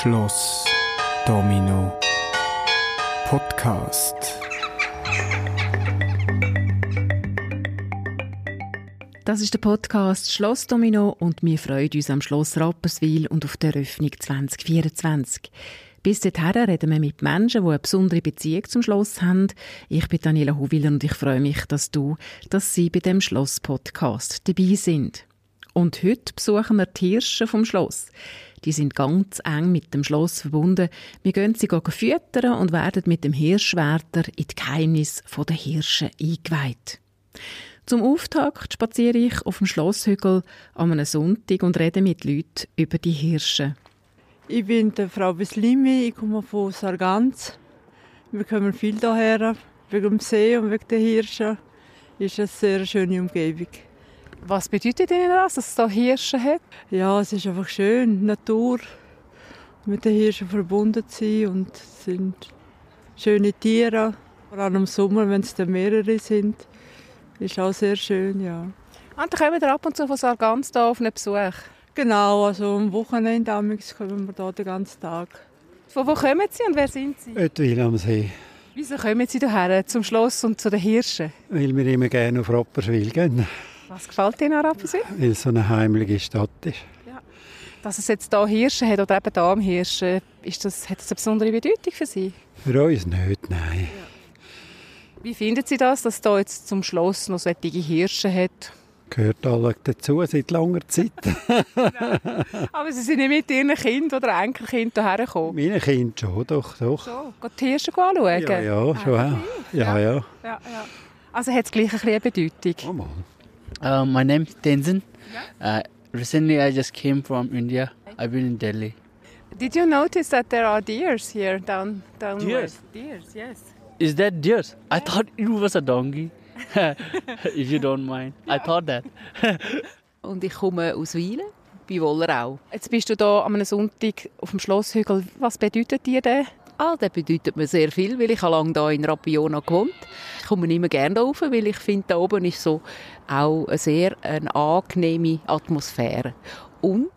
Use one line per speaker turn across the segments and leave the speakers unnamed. Schloss Domino Podcast.
Das ist der Podcast Schloss Domino und wir freuen uns am Schloss Rapperswil und auf der Eröffnung 2024. Bis dahin reden wir mit Menschen, die eine besondere Beziehung zum Schloss haben. Ich bin Daniela Huwiler und ich freue mich, dass du, dass Sie bei dem Schloss-Podcast dabei sind. Und heute besuchen wir die Hirsche vom Schloss. Die sind ganz eng mit dem Schloss verbunden. Wir gehen sie füttern und werden mit dem Hirschwärter in die Geheimnisse der Hirsche eingeweiht. Zum Auftakt spaziere ich auf dem Schlosshügel an einem Sonntag und rede mit Leuten über die Hirsche.
Ich bin die Frau Beslimi, ich komme von Sargans. Wir kommen viel daher, wegen dem See und wegen der Hirsche. Ist eine sehr schöne Umgebung.
Was bedeutet Ihnen das, dass es da Hirsche hat?
Ja, es ist einfach schön, Natur, mit den Hirschen verbunden zu sein und es sind schöne Tiere. Vor allem im Sommer, wenn es dann mehrere sind, ist auch sehr schön, ja.
Und Ah, dann kommen wir ab und zu von Sargans da auf einen Besuch.
Genau, also am Wochenende amigs kommen wir da den ganzen Tag.
Von wo kommen Sie und wer sind Sie?
Ötwil am See,
Wieso kommen Sie hierher zum Schloss und zu den Hirschen?
weil wir immer gerne auf Rapperswil gehen,
Was gefällt Ihnen an Rapperswil?
weil es so eine heimliche Stadt ist.
Dass es jetzt hier Hirsche hat oder eben da am Hirschen, ist das, hat das eine besondere Bedeutung für Sie?
Für uns nicht, nein.
Wie finden Sie das, dass da jetzt zum Schloss noch solche Hirsche hat?
Gehört alle dazu seit langer Zeit.
Aber Sie sind nicht mit Ihren Kindern oder Enkelkindern hierher gekommen.
Meine Kinder schon, doch, doch.
So, gehen die Hirsche anschauen?
Ja, ja, schon auch. Ja, ja.
ja, ja. Also hat es gleich ein bisschen eine Bedeutung.
Oh Mann.
Uh, my name is Tenzin. Uh, recently, I just came from India. I've been in Delhi.
Did you notice that there are deers here down down
Deers?
west? Deers, yes.
Is that deer? I thought it was a donkey. if you don't mind, I thought that.
Und ich komme aus Wielen, bei Wollerau.
Jetzt bist du da am Sonntag auf dem Schlosshügel. Was bedeutet dir der?
Ah, das bedeutet mir sehr viel, weil ich habe lange hier in Rapiona gewohnt. Ich komme immer gerne da rauf, weil ich finde, da oben ist so auch eine sehr eine angenehme Atmosphäre. Und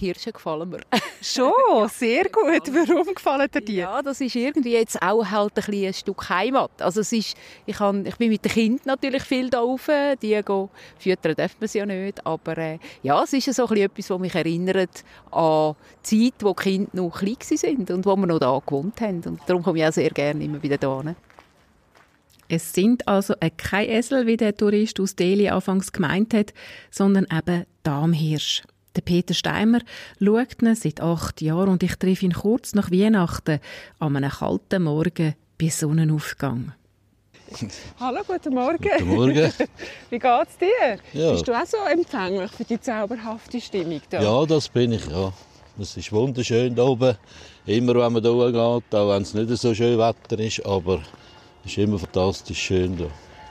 die Hirsche gefallen mir.
Schon, sehr gut. Warum gefallen dir die?
Ja, das ist irgendwie jetzt auch halt ein, bisschen ein Stück Heimat. Also es ist, ich, han, ich bin mit den Kindern natürlich viel da rauf. Die gehen füttern darf man sie ja nicht. Aber äh, ja, es ist so ein bisschen etwas, was mich erinnert an die Zeit, wo die Kinder noch klein waren und wo wir noch da gewohnt haben. Und darum komme ich auch sehr gerne immer wieder hierher.
Es sind also äh kein Esel, wie der Tourist aus Delhi anfangs gemeint hat, sondern eben Darmhirsch. Der Peter Steimer schaut ihn seit acht Jahren und ich treffe ihn kurz nach Weihnachten an einem kalten Morgen bei Sonnenaufgang.
Hallo, guten Morgen.
Guten Morgen.
Wie geht's dir?
Ja.
Bist du auch so empfänglich für die zauberhafte Stimmung hier?
ja, das bin ich, ja. Es ist wunderschön da oben. Immer wenn man da oben geht, auch wenn es nicht so schön Wetter ist, aber es ist immer fantastisch schön da.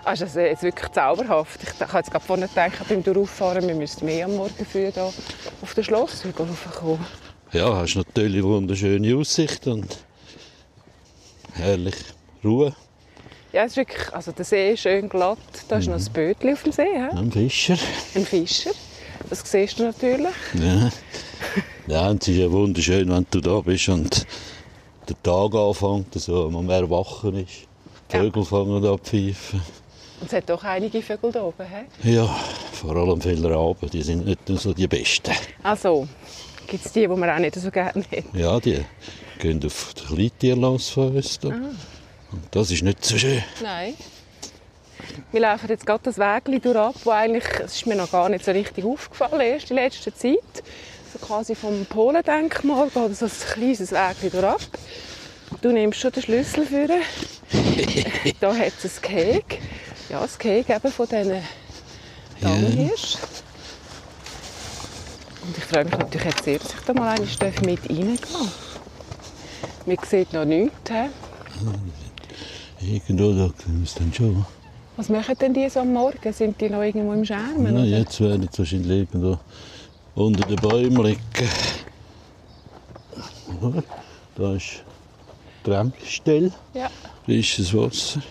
Ah, ist das jetzt wirklich zauberhaft? Ich kann jetzt gerade vorne denken, beim Durchfahren, wir müssen mehr am Morgen früh hier auf den Schlosshügel raufkommen.
Ja, hast natürlich wunderschöne Aussicht und herrlich Ruhe
Ja, es ist wirklich, also der See ist schön glatt. Da ist noch
Mhm.
ein Bötchen auf dem See, he?
am Fischer.
ein Fischer. Das siehst du natürlich.
Ja. ja, und es ist ja wunderschön, wenn du da bist und der Tag anfängt, also wenn man erwachen ist. Die Vögel fangen an zu pfeifen.
Und es hat doch einige Vögel hier oben. He?
Ja, vor allem viele Raben, die sind nicht nur so die besten.
Also, gibt es die, die wir auch nicht so gerne haben.
Ja, die gehen auf den Kleintier los von uns. Da. Und das ist nicht so schön.
Nein. Wir laufen jetzt gerade das Weg durch ab, wo eigentlich, es ist mir noch gar nicht so richtig aufgefallen, erst in letzter Zeit. So quasi vom Polendenkmal geht so ein kleines Weg durch ab. Du nimmst schon den Schlüssel für Da hat es ein Cake. Ja, das Cake eben von diesen Damenhirsch. Und ich freue mich natürlich jetzt sehr, dass ich da mal einmal darf mit reingehen darf. Man sieht noch nichts. he?
Irgendwo da sehen wir es dann schon.
Was machen denn die so am Morgen? Sind die noch irgendwo im Schermen?
Ja,
oder?
jetzt werden sie wahrscheinlich irgendwo unter den Bäumen liegen. Schau, Da ist die Tramgestell,
Ja.
frisches Wasser.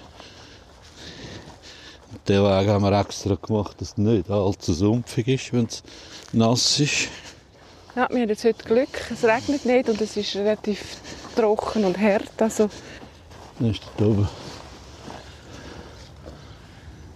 Und Den Weg haben wir extra gemacht, dass es nicht allzu sumpfig ist, wenn es nass ist.
Ja, wir haben jetzt heute Glück, es regnet nicht und es ist relativ trocken und hart. Also
Dann ist der da oben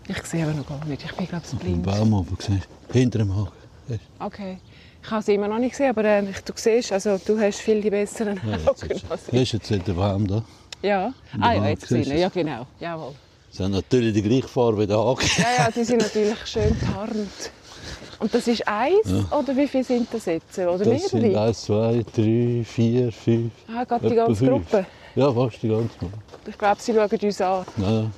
ich sehe aber noch gar nicht. Ich bin glaube ich
ein
blind.
Baum oben gesehen. Hinter dem Haken. Siehst
Okay. Ich habe sie immer noch nicht gesehen, aber äh, ich- du siehst, also du hast viel die besseren
du? Ja, jetzt
Augen als
ist-
ich.
Siehst du jetzt den Baum da?
Ja. Ah ja,
Baum,
jetzt
siehst
sehe
du
ich.
es?
Ja genau. Jawohl.
Sie haben natürlich die gleiche Farbe wie der Haken.
Ja, ja, die sind natürlich schön getarnt. Und das ist eins oder wie viele sind das jetzt? Oder
Das sind
mehrere?
1, 2, 3, 4, 5.
Ah, gerade die
etwa
ganze
fünf.
Gruppe.
Ja, fast die ganze Mal.
Ich glaube, sie schauen uns an.
Ja. ja.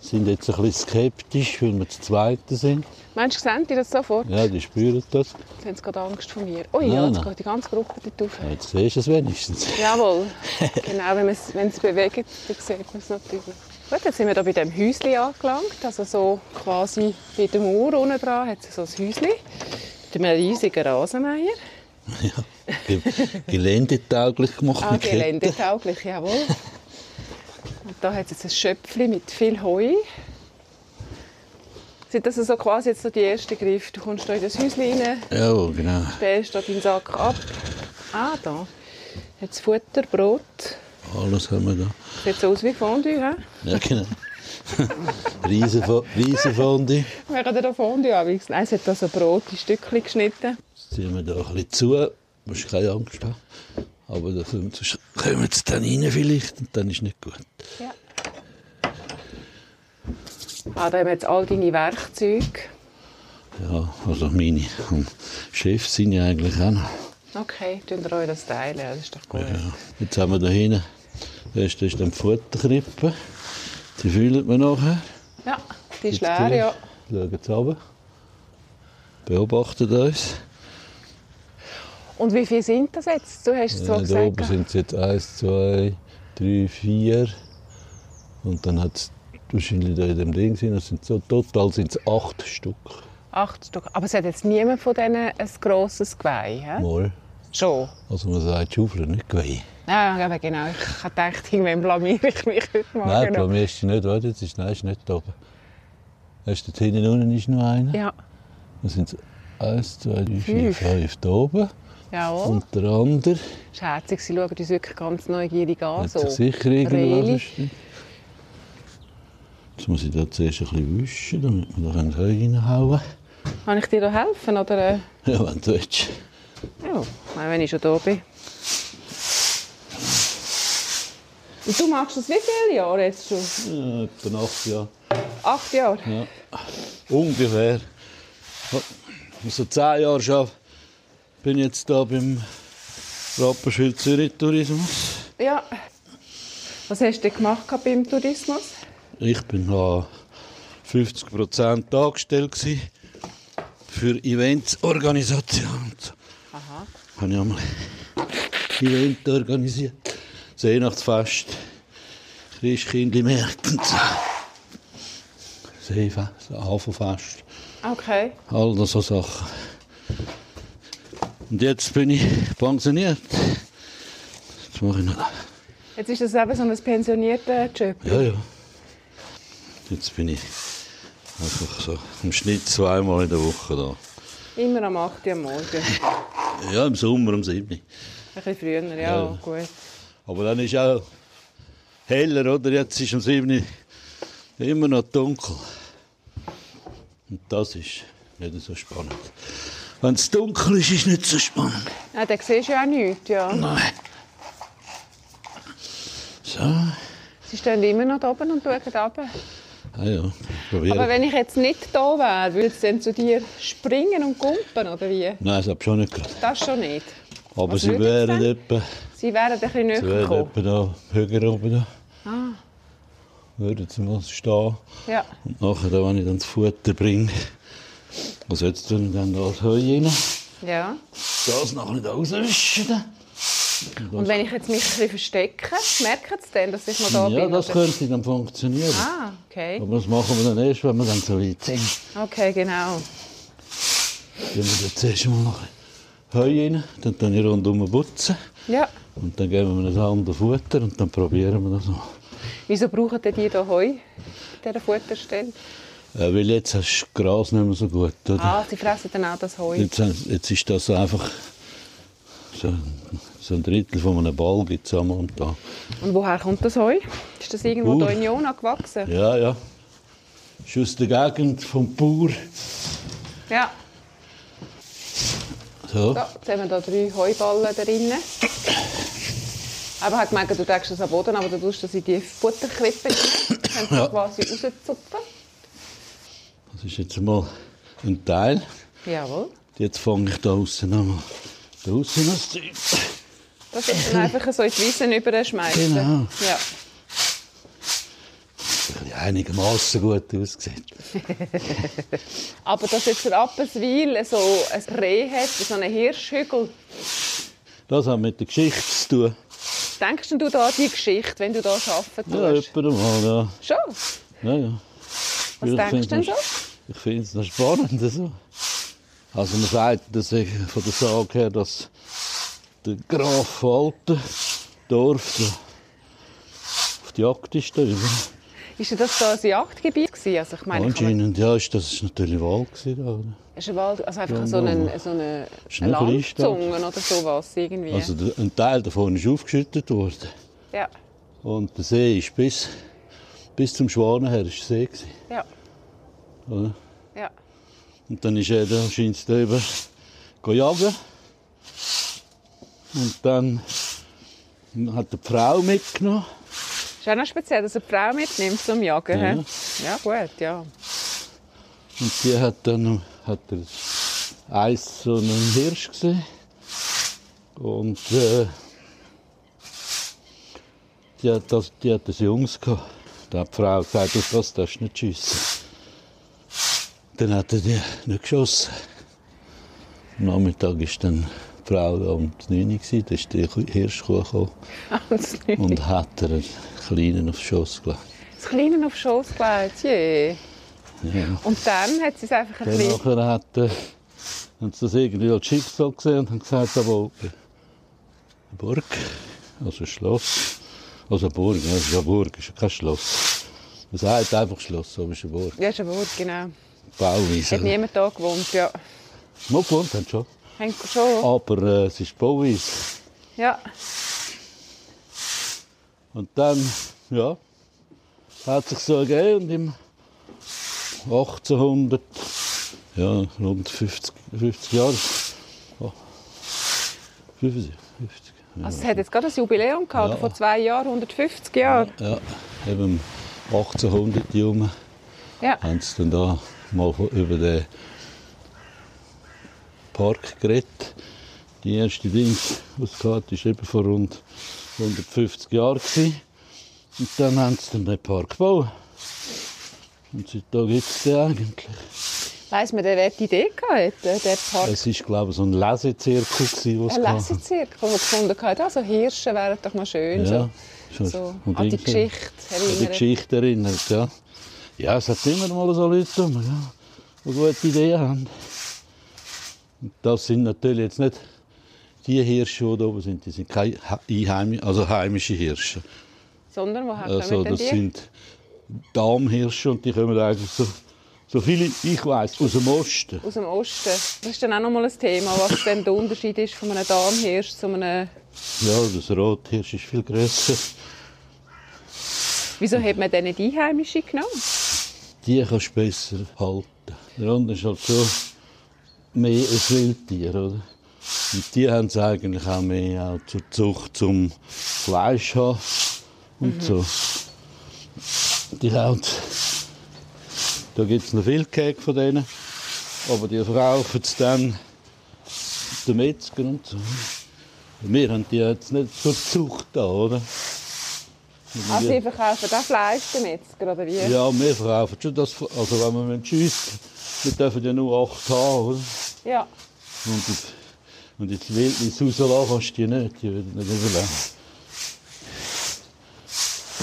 Sind jetzt ein bisschen skeptisch, weil wir zu zweit sind.
Meinst du, sehen die das sofort?
Ja, die spüren das.
Jetzt haben sie gerade Angst vor mir. Ui, ja,
Nein,
jetzt
nein.
geht die ganze Gruppe dort rauf.
Ja, jetzt siehst du es wenigstens.
Jawohl. genau, wenn man es wenn es bewegt, dann sieht man es natürlich. Gut, jetzt sind wir hier bei dem Häuschen angelangt. Also so quasi bei der Mauer unten dran hat es so ein Häuschen. Mit einem riesigen Rasenmäher.
Ge- Geländetauglich gemacht.
Ah,
mit Ketten.
geländetauglich, jawohl. Und da hat es jetzt ein Schöpfchen mit viel Heu. Sind das also quasi jetzt so die ersten Griffe? Du kommst da in das Häuschen rein,
Ja, genau.
stellst da deinen Sack ab. Ah, da. Jetzt Futter, Brot.
Alles haben wir da.
Sieht so aus wie Fondue, hä?
Ja, genau. Riesenfo- Riesenfondue.
Wir können da Fondue anwischen. Nein, es hat da so Brot in Stückchen geschnitten.
Jetzt ziehen wir da ein bisschen zu. Du musst keine Angst haben. Aber da kommen- sonst kommen sie dann rein vielleicht und dann ist nicht gut.
Ah, da haben wir jetzt all deine Werkzeuge.
Ja, also meine und Chef sind ja eigentlich auch noch.
Okay, tun wir euch das teilen, das ist doch gut.
Ja, jetzt haben wir da hinten, das ist, das ist dann die Futterkrippe. Die füllen wir nachher.
Ja, die ist
Jetzt
leer, ja.
Schauen sie runter. Beobachten uns.
Und wie viele sind das jetzt? Du hast es so
Ja, Äh, da oben
gesagt. ah.
sind es jetzt 1, 2, 3, 4. Und dann hat es wahrscheinlich da in dem Ding sind, das sind so, total sind es 8 Stück.
Acht Stück. Aber es hat jetzt niemand von denen ein grosses Geweih, hä?
Mal.
Schon.
Also man sagt, Schaufeln nicht gehen.
Ja, aber genau. Ich habe gedacht, irgendwann blamiere ich mich heute Morgen.
Nein,
noch.
bei mir ist sie nicht, oder? Jetzt ist, nein, ist nicht da oben. Weißt du, dort hinten unten ist noch einer.
Ja,
Da sind es 1, 2, 3, 4,
Fünf.
5 da oben.
jawohl.
Und der andere
Es ist herzig, sie schauen uns wirklich ganz neugierig an.
hat
So.
sich sicher irgendwas.
Also, Reli.
bestimmt. Jetzt muss ich da zuerst ein bisschen wischen, damit wir da Heu reinhauen können.
Kann ich dir da helfen? Oder, äh?
Ja, wenn du willst.
ja, ich meine, wenn ich schon da bin. Und du machst das wie viele Jahre jetzt schon?
Ja, etwa acht Jahre.
Acht Jahre?
Ja. Ungefähr. Ja, So zehn Jahre schon bin ich jetzt da beim Rapperswil Zürich Tourismus.
Ja. Was hast du denn gemacht gehabt beim Tourismus?
Ich bin da 50 Prozent angestellt gewesen für Eventsorganisation. Aha. Habe ich einmal Event organisiert. Das Weihnachtsfest, Christkindlmärkte und so. Seefest, Hafenfest.
Okay.
All das so Sachen. Und jetzt bin ich pensioniert. Jetzt mache ich noch.
Jetzt ist das eben so ein pensionierter Job.
Ja, ja. Jetzt bin ich einfach so im Schnitt zweimal in der Woche da.
Immer am 8 Uhr am Morgen. Ein
Ja, im Sommer um 7.
bisschen früher, ja,
Ja.
gut.
Aber dann ist auch heller, oder? Jetzt ist um 7 immer noch dunkel. Und das ist nicht so spannend. Wenn es dunkel ist, ist es nicht so spannend.
Ja, dann siehst du ja auch nichts, ja.
Nein. So.
Sie stehen immer noch da oben und schauen runter.
Ah ja, probieren.
Aber wenn ich jetzt nicht da wäre, würde es dann zu dir springen und gumpen, oder wie?
Nein, das habe ich schon nicht gehört.
Das schon nicht.
Aber
Was
sie
würden Sie
wären
sagen?
etwa,
Sie wären ein bisschen näher
sie wären
gekommen.
etwa da höher oben da.
Ah.
Würden sie mal stehen.
Ja.
Und nachher, da, wenn ich dann das Futter bringe, was jetzt tun wir dann da das Heu rein?
ja.
Das nachher nicht rauswischen.
Und wenn ich jetzt mich ein bisschen verstecke, merken Sie dann, dass ich noch da
Ja,
bin?
das
oder?
könnte dann funktionieren.
Ah, okay.
Aber das machen wir dann erst, wenn wir dann so weit sind.
Okay, genau.
Gehen wir da zuerst mal noch ein Heu rein, dann tun wir rundum putzen.
Ja.
Und dann geben wir das andere Futter und dann probieren wir das noch.
Wieso brauchen denn die hier Heu, an dieser Futterstelle?
Äh, weil jetzt hast du das Gras nicht mehr so gut, oder?
Ah, sie fressen dann auch das Heu.
Jetzt, haben- jetzt ist das einfach so, so ein Drittel von einem Ball gibt es einmal und da.
Und woher kommt das Heu? Ist das irgendwo
Bauer.
hier in Jona gewachsen?
Ja, ja. Ist aus der Gegend vom Bauer.
Ja.
So.
So, jetzt haben wir da drei Heuballen drinnen. Aber ich habe gemerkt, du deckst das am Boden, aber du tust das in die Futterkrippe rein. Dann kannst du
Ja.
quasi rauszupfen.
Das ist jetzt mal ein Teil.
Jawohl.
Jetzt fange ich da außen nochmal. Da außen das Zeug.
Das ist dann einfach so in die Wiesen überschmeißen.
Genau.
Ja.
Einigermaßen gut aussieht.
Aber dass jetzt der Appenswil so ein Reh hat, so einen Hirschhügel,
Das hat mit der Geschichte zu tun.
denkst denn du da an die Geschichte, wenn du da arbeiten
Ja,
tust?
etwa mal, ja.
Schon?
ja, ja.
Was
Ich
denkst du
find's
denn
noch-
so?
Ich finde es noch spannend. Also. also man sagt dass ich von der Sage her, dass der Graf von Altendorf da auf die Jagd ist. Da über.
Ist denn das da ein Jagdgebiet gewesen? Also ich meine, ich kann mir-
Anscheinend ja, ist das ist natürlich Wald. Gewesen, da, oder?
ist ein Wald, also einfach
Ja,
so eine,
normal.
so eine,
Ist
eine
nicht Freistaat.
Landzunge oder sowas irgendwie.
Also der- ein Teil davon ist aufgeschüttet worden.
ja,
Und der See ist bis, bis zum Schwanen her ist der See. Gewesen,
ja,
oder?
ja.
Und dann ist er da, scheint da über jagen. Und dann hat die Frau mitgenommen.
Ist auch noch speziell, dass eine Frau mitnimmt zum Jagen. hä? ja gut, ja.
Und die hat dann hat er eins so einen Hirsch gesehen. Und äh, die, hat das, die hat das Jungs gehabt. Da hat die Frau gesagt, auf das darfst du nicht schiessen. Dann hat er die nicht geschossen. Am Nachmittag war dann die Frau da um die 9 Uhr, gewesen. da ist der Hirsch gekommen und hat er einen Kleinen auf den Schuss gelegt.
Das Kleine auf den Schoß gelegt, je.
Ja. Genau.
Und dann hat sie es einfach ein
Dann
bisschen...
nachher hat, äh, haben sie das irgendwie als Schicksal gesehen und haben gesagt, aber eine Burg, also ein Schloss, also eine Burg, ja, es ist eine Burg, es ist kein Schloss. Es heißt einfach Schloss, aber es ist eine Burg.
Ja, ist ein Wort, genau.
Bauweise.
Hat niemand da gewohnt, ja.
Mal gewohnt haben sie schon,
Haben sie schon.
aber äh, es ist Bauweise.
Ja.
Und dann, ja, hat sich so ergeben und im 1800, ja, rund 50, 50 Jahre, oh, 75, 50, ja.
Also es hat jetzt gerade ein Jubiläum gehabt,
Ja.
von zwei Jahren, 150 Jahre.
Ja, eben im 1800 Jungen
Ja.
haben sie dann da mal über den Park geredet. Die erste Dings, was es gab, war eben vor rund 150 Jahren. gewesen. Und dann haben sie dann den Park gebaut. Und seitdem gibt es den eigentlich.
Weiss man, der wer die Idee gehabt hat, äh, der Park.
Es war, glaube ich, so ein Lesezirkel, gewesen, was
Ein
es gab.
Lesezirkel, der gefunden hat, also Hirsche wären doch noch schön.
Ja,
so.
schon.
so
Und
an die
irgendwie-
Geschichte
an die
erinnern.
Geschichte erinnert. Ja. ja, es hat immer mal so Leute, rum, ja, die gute Ideen haben. Und das sind natürlich jetzt nicht die Hirsche, die da oben sind. Die sind keine Ha- Einheimi also heimische Hirsche.
Sondern woher
Also,
Ah, kommen denn
das
die?
sind Darmhirsche und die kommen eigentlich so, so viele ich weiß aus dem Osten.
Aus dem Osten. Das ist dann auch noch mal ein Thema, was denn der Unterschied ist von einem Darmhirsch zu einem...
Ja, das Rothirsch ist viel grösser.
Wieso hat man denn nicht Einheimische genommen?
Die kannst du besser halten. Der andere ist halt schon mehr ein Wildtier, oder? Und die haben es eigentlich auch mehr auch zur Zucht zum Fleisch haben und so. Die haben, da gibt es noch viel Käse von denen, aber die verkaufen es dann den Metzger und so. Wir haben die jetzt nicht zur Zucht da, oder?
Also sie verkaufen auch Fleisch dem Metzger, oder wie?
Ja, wir verkaufen schon das. Also wenn wir müssen schiessen, wir dürfen ja nur acht haben, oder?
ja.
Und, jetzt- und jetzt Wildnis rauslassen kannst du die nicht, die würden nicht überleben.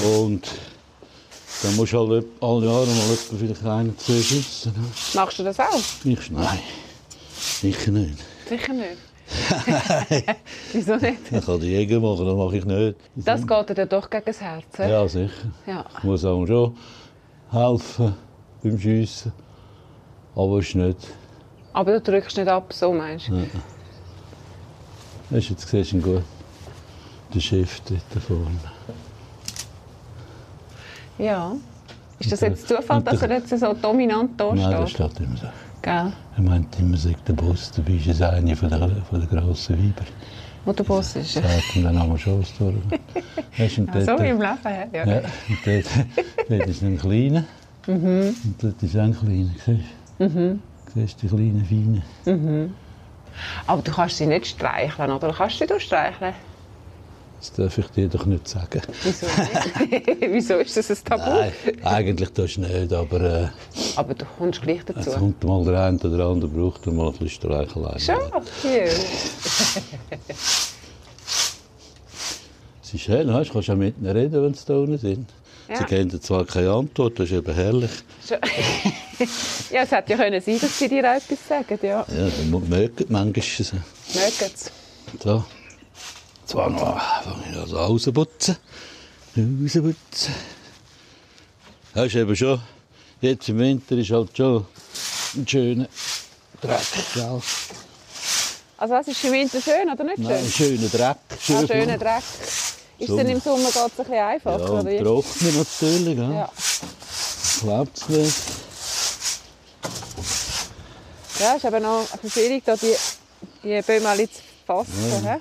Und dann musst du halt etwa- alle Jahre mal etwa vielleicht einen, zwei schiessen. ne?
Machst du das auch?
Ich, nein, sicher nicht.
Sicher nicht. Wieso nicht?
Ich kann die Jäger machen, das mache ich nicht.
Das geht dir doch gegen das Herz. hä?
Ja, sicher.
ja.
Ich muss auch schon helfen, beim Schiessen. Aber es ist nicht.
Aber du drückst nicht ab, so meinst du?
Hast du jetzt siehst du ihn gut. Der Chef dort da vorne.
Ja. Ist
Und
das
der-
jetzt Zufall,
und der-
dass er jetzt so dominant da
Nein, das
steht?
steht immer so.
Gell?
Er meint immer, sei der Boss, dabei ist es eine von der, von der grossen Weiber.
Wo der Boss ist.
Sagt ihm dann einmal schon was durch. Weisst du, und
So
dort-
wie im Leben, ja.
Ja, und dort, dort ist ein kleiner. Und dort ist auch ein kleiner. Siehst du? Siehst du die kleinen, feinen?
Aber du kannst sie nicht streicheln, oder? Kannst du sie doch streicheln?
Das darf ich dir doch nicht sagen.
Wieso nicht? Wieso ist das ein Tabu?
Nein, eigentlich das nicht, aber äh,
Aber du kommst gleich
es
dazu.
kommt mal der eine oder der andere, braucht er mal ein bisschen Streicheleien.
Schade. Ja.
Es ist hell, weißt, du kannst auch mit ihnen reden, wenn sie da unten sind. Sie
Ja.
geben dir zwar keine Antwort, das ist eben herrlich.
ja, es hätte ja können sein, dass sie dir auch etwas sagen. Ja,
Ja, sie mo- mögen manchmal so.
mögen sie.
so. Zwar noch fange ich also rausputzen. Rausputzen. Das ist eben schon, jetzt im Winter ist halt schon ein schöner Dreck, gell?
Also was ist im Winter schön oder nicht
Nein, ein
schön?
schöner Dreck.
Ein schöner Dreck. Ist
Sommer.
denn im Sommer geht's ein bisschen
Ja,
einfacher,
und
oder wie?
trocknen natürlich, gell?
Ja.
Glaubt es nicht.
ja, ist aber noch eine Verführung, da die, die Bäume alle zu fassen. hä?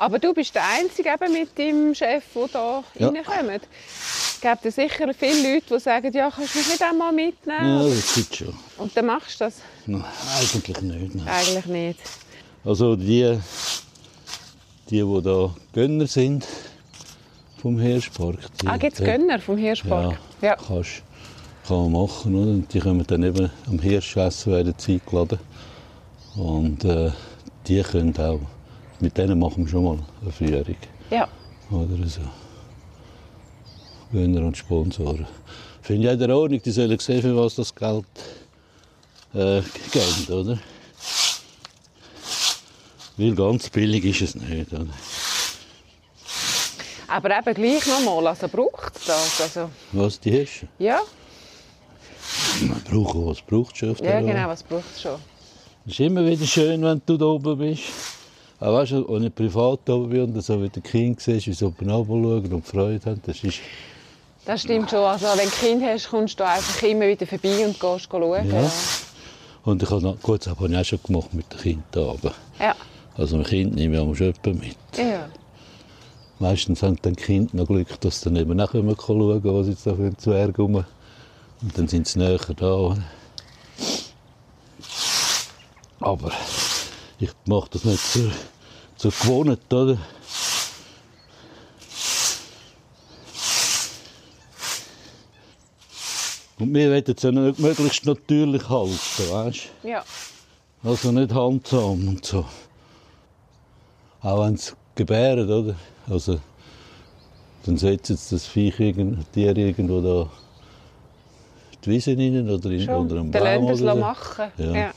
Aber du bist der Einzige eben mit deinem Chef, der da
Ja.
reinkommt. Es gibt ja sicher viele Leute, die sagen, ja, kannst du mich nicht einmal mitnehmen?
Ja, das gibt schon.
Und dann machst du das
Nein, eigentlich nicht. Nein.
eigentlich nicht.
Also die, die, die da Gönner sind vom Hirschpark. Die,
Ah, gibt es Gönner vom Hirschpark?
Ja,
Ja.
Kannst, kann man machen. Oder? Und die kommen dann eben am Hirschessen werden sie eingeladen. Und äh, die können auch, mit denen machen wir schon mal eine Führung.
ja.
Oder so. Gönner und Sponsoren. Finde ich auch in Ordnung, die sollen sehen, für was das Geld äh, geht, oder? Weil ganz billig ist es nicht, oder?
Aber eben gleich nochmal, also braucht es das? Also,
Was die hast?
ja,
Man braucht auch, was braucht schon auf der
ja
Welt.
genau, was braucht es schon?
Es ist immer wieder schön, wenn du da oben bist. Auch weißt du, wenn ich privat da oben bin und so wie der Kind siehst, wie sie oben runterschauen und Freude haben, das ist...
Das stimmt schon. Also, wenn du Kind hast, kommst du einfach immer wieder vorbei und gehst schauen.
Ja. Und ich habe noch, gut, das habe ich auch schon gemacht mit den Kindern da oben.
Ja.
Also mit Kind nehme ich auch schon jemanden mit.
ja.
Meistens haben dann die Kinder noch Glück, dass sie dann eben nachher mal schauen können, was jetzt da für ein Zwerg rum. Und dann sind sie näher da. oder? Aber ich mache das nicht zur, zur Gewohnheit, oder? Und wir wollen es ja nicht möglichst natürlich halten, weißt du?
ja.
Also nicht handsam und so. Auch wenn sie gebären, oder? Also, dann setzen sie das Viech, irgend, Tier irgendwo da in die Wiese rein oder in,
Schon.
unter einem
Dann
Baum.
lassen wir es
oder so.
machen.
Ja.
Ja.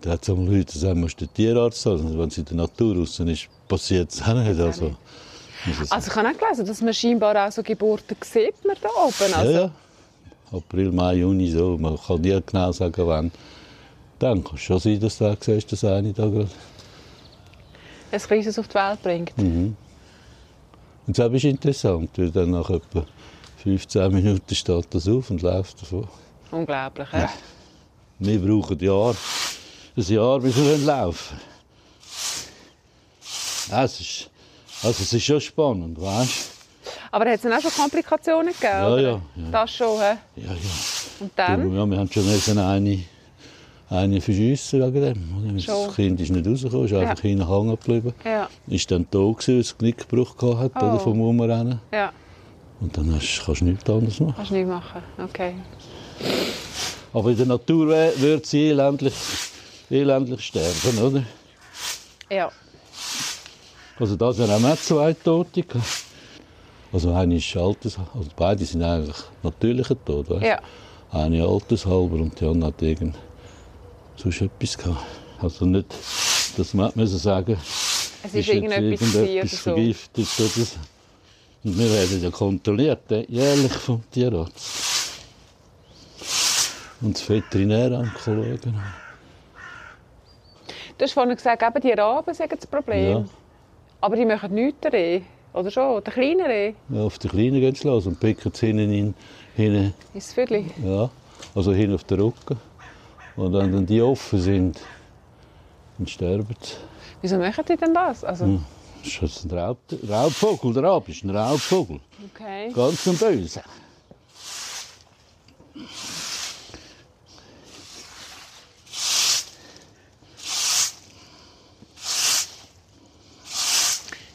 Da hat es auch Leute, die sagen, musst du den Tierarzt haben. Also, Wenn es in der Natur raus ist, passiert es auch nicht. Also, muss es-
Also, ich habe auch gelesen, dass man scheinbar auch so Geburten sieht man da oben. Also,
ja, ja. April, Mai, Juni, so. Man kann nie genau sagen, wann. Dann kann es schon sein, dass du da siehst, dass eine da gerade
Ein kleines auf die Welt bringt.
Hm. Und das ist interessant, weil dann nach etwa 15 Minuten steht das auf und läuft davon.
Unglaublich. Ja.
Wir brauchen Jahr, ein Jahr, bis wir laufen können. Es ist, also es ist schon spannend, weißt
Aber hat es dann auch schon Komplikationen gegeben?
Ja,
oder?
ja, ja.
Das schon. hä?
du? Ja, ja.
Und dann?
Du, ja wir haben schon müssen eine, eine verschiessen wegen dem. oder?
Schon.
Das Kind ist nicht rausgekommen, ist einfach hinten hängen geblieben.
Ja.
Ist dann tot, gewesen, weil es Knickbruch gehabt hat,
Oh.
oder, vom Umrennen.
Ja,
Und dann hast, kannst du nichts anderes machen.
kannst du nicht machen. Okay.
Aber in der Natur wär- würde sie elendlich, elendlich sterben, oder?
Ja.
Also das wären auch mehr zwei Tote. gewesen. Also eine ist alters, also beide sind eigentlich natürlicher Tod, weißt?
Ja.
Eine altershalber und die andere hat irgend sonst etwas gehabt. Also nicht, dass man hätte müssen sagen,
Es ist, irgendetwas,
irgendetwas
gewesen oder so.
vergiftet oder so. Und wir werden ja kontrolliert, äh, jährlich vom Tierarzt. und das Veterinäramt schauen. kann.
Du hast vorhin gesagt, eben die Raben sind das Problem.
Ja.
Aber die machen nichts der Rehe. Oder schon? Der kleine Reh
Ja, auf die Kleinen gehen sie los und picken sie hinten, in, hinten
ist das Viertel.
Ja, also hin auf den Rücken. Und wenn dann die offen sind, dann sterben sie.
Wieso machen die denn das?
Hm.
Also,
Das ist jetzt ein Raub Raubvogel, der Rabe ist ein Raubvogel.
okay.
Ganz ein Böse.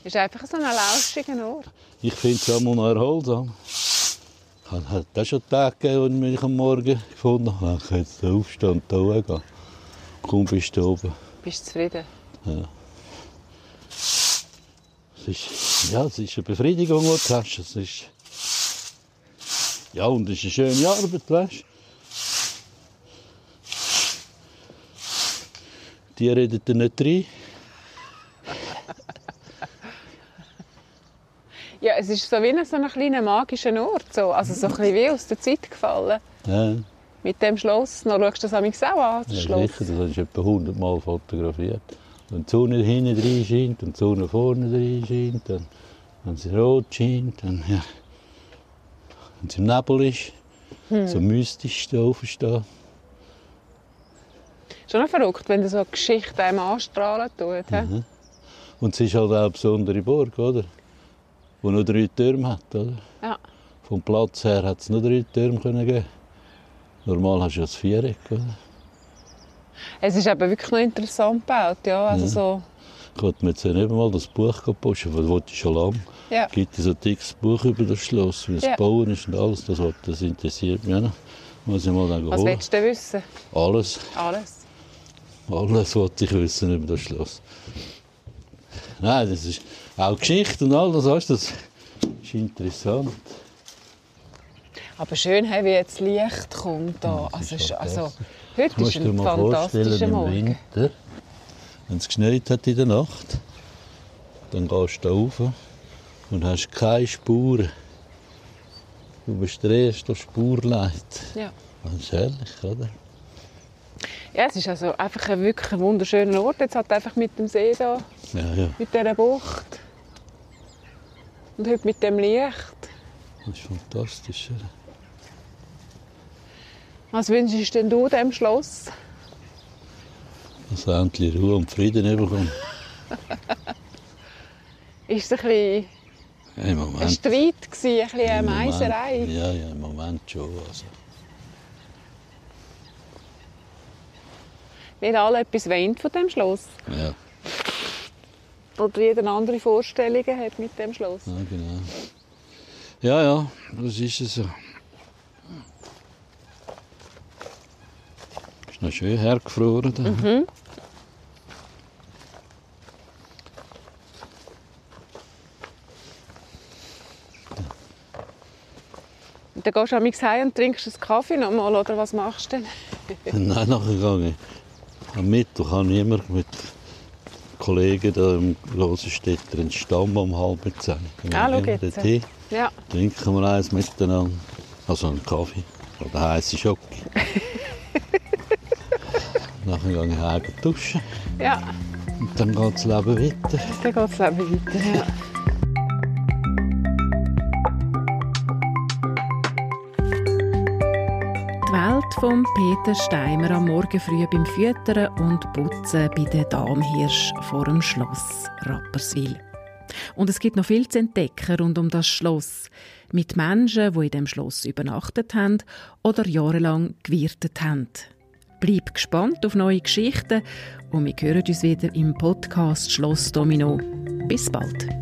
Ist einfach so ein lauschiger Ort.
Ich finde es auch mal noch erholsam. Ich habe- hat auch schon Tage gegeben, wo ich mich am Morgen gefunden habe. Ich kann jetzt da aufstehen und da hochgehen. Kaum bist du oben.
Bist du zufrieden?
Es ist, ja, es ist eine Befriedigung, die du hast. Es ist, ja, und es ist eine schöne Arbeit, weißt du. Die reden dir nicht rein.
Ja, es ist so wie ein so ein kleiner magischer Ort. So. Also so ein bisschen wie aus der Zeit gefallen.
Ja,
Mit dem Schloss. Noch schaust du das manchmal auch an, das
ja,
Schloss.
sicher, das habe ich etwa 100 Mal fotografiert. Wenn die Sonne hinten rein scheint und die Sonne vorne rein scheint, dann, wenn sie rot scheint, dann, ja. wenn es im Nebel ist, so mystisch da oben steht.
Schon noch verrückt, wenn du so eine Geschichte einem anstrahlen tut. hä?
Mhm. Und es ist halt auch eine besondere Burg, oder? Die nur drei Türme hat, oder?
Ja.
Vom Platz her hat es nur drei Türme können geben. Normal hast du ja das Viereck, oder?
Es ist eben wirklich noch interessant gebaut. Ja,
Mhm.
also so.
Ich wollte mir jetzt ja nicht mal das Buch posten, das wollte ich schon lange.
Ja.
Es gibt ja so ein dickes Buch über das Schloss, wie es
Ja.
bauen ist und alles. Das, wollte- das interessiert mich auch noch. Muss ich mal dann
Was
holen.
willst du denn wissen?
Alles,
Alles.
alles wollte ich wissen über das Schloss. Nein, das ist auch Geschichte und all das, weißt du, das ist interessant.
Aber schön, hey, wie jetzt Licht kommt da. Also, ist, also, heute
musst
ist
dir
ein
mal vorstellen,
fantastischer
im
Morgen.
Winter, wenn es geschneit hat in der Nacht, dann gehst du da rauf und hast keine Spuren. Du bist der erste Spurleit.
Ja.
Das ist herrlich, oder?
ja, es ist also einfach ein wirklich wunderschöner Ort. Jetzt halt einfach mit dem See da,
Ja, ja,
mit dieser Bucht. Und heute mit dem Licht.
das ist fantastisch. Oder?
Was wünschst denn du dem Schloss?
Dass du Also endlich Ruhe und Frieden bekommst.
Ist es ein bisschen
Im
ein
Moment.
Streit, gewesen, ein bisschen eine
im Moment-
Meiserei?
Ja, ja, im Moment schon. Also.
Nicht alle etwas wollen von dem Schloss.
Ja,
Oder jeder andere Vorstellungen hat mit dem Schloss.
ja, genau. Ja, ja, das ist es so. Ist noch schön hergefroren. Da.
Mhm. Und dann gehst du amigs heim und trinkst einen Kaffee nochmal, oder was machst du denn?
Nein, nachgegangen. Am Mittwoch habe ich immer mit Kollegen da im Rosenstädter einen Stamm um halb zehn. Dann
Ah, schau
gehen wir
jetzt.
dorthin,
Ja,
trinken wir eins miteinander. Also einen Kaffee oder heiße Schocke. Nachher gehe ich heim duschen
ja,
und dann geht das Leben weiter.
dann geht das Leben weiter. Ja.
Die Welt von Peter Steimer am Morgen früh beim Füttern und Putzen bei den Damhirsch vor dem Schloss Rapperswil. Und es gibt noch viel zu entdecken rund um das Schloss. Mit Menschen, die in dem Schloss übernachtet haben oder jahrelang gewirtet haben. Bleib gespannt auf neue Geschichten und wir hören uns wieder im Podcast Schloss Domino. Bis bald.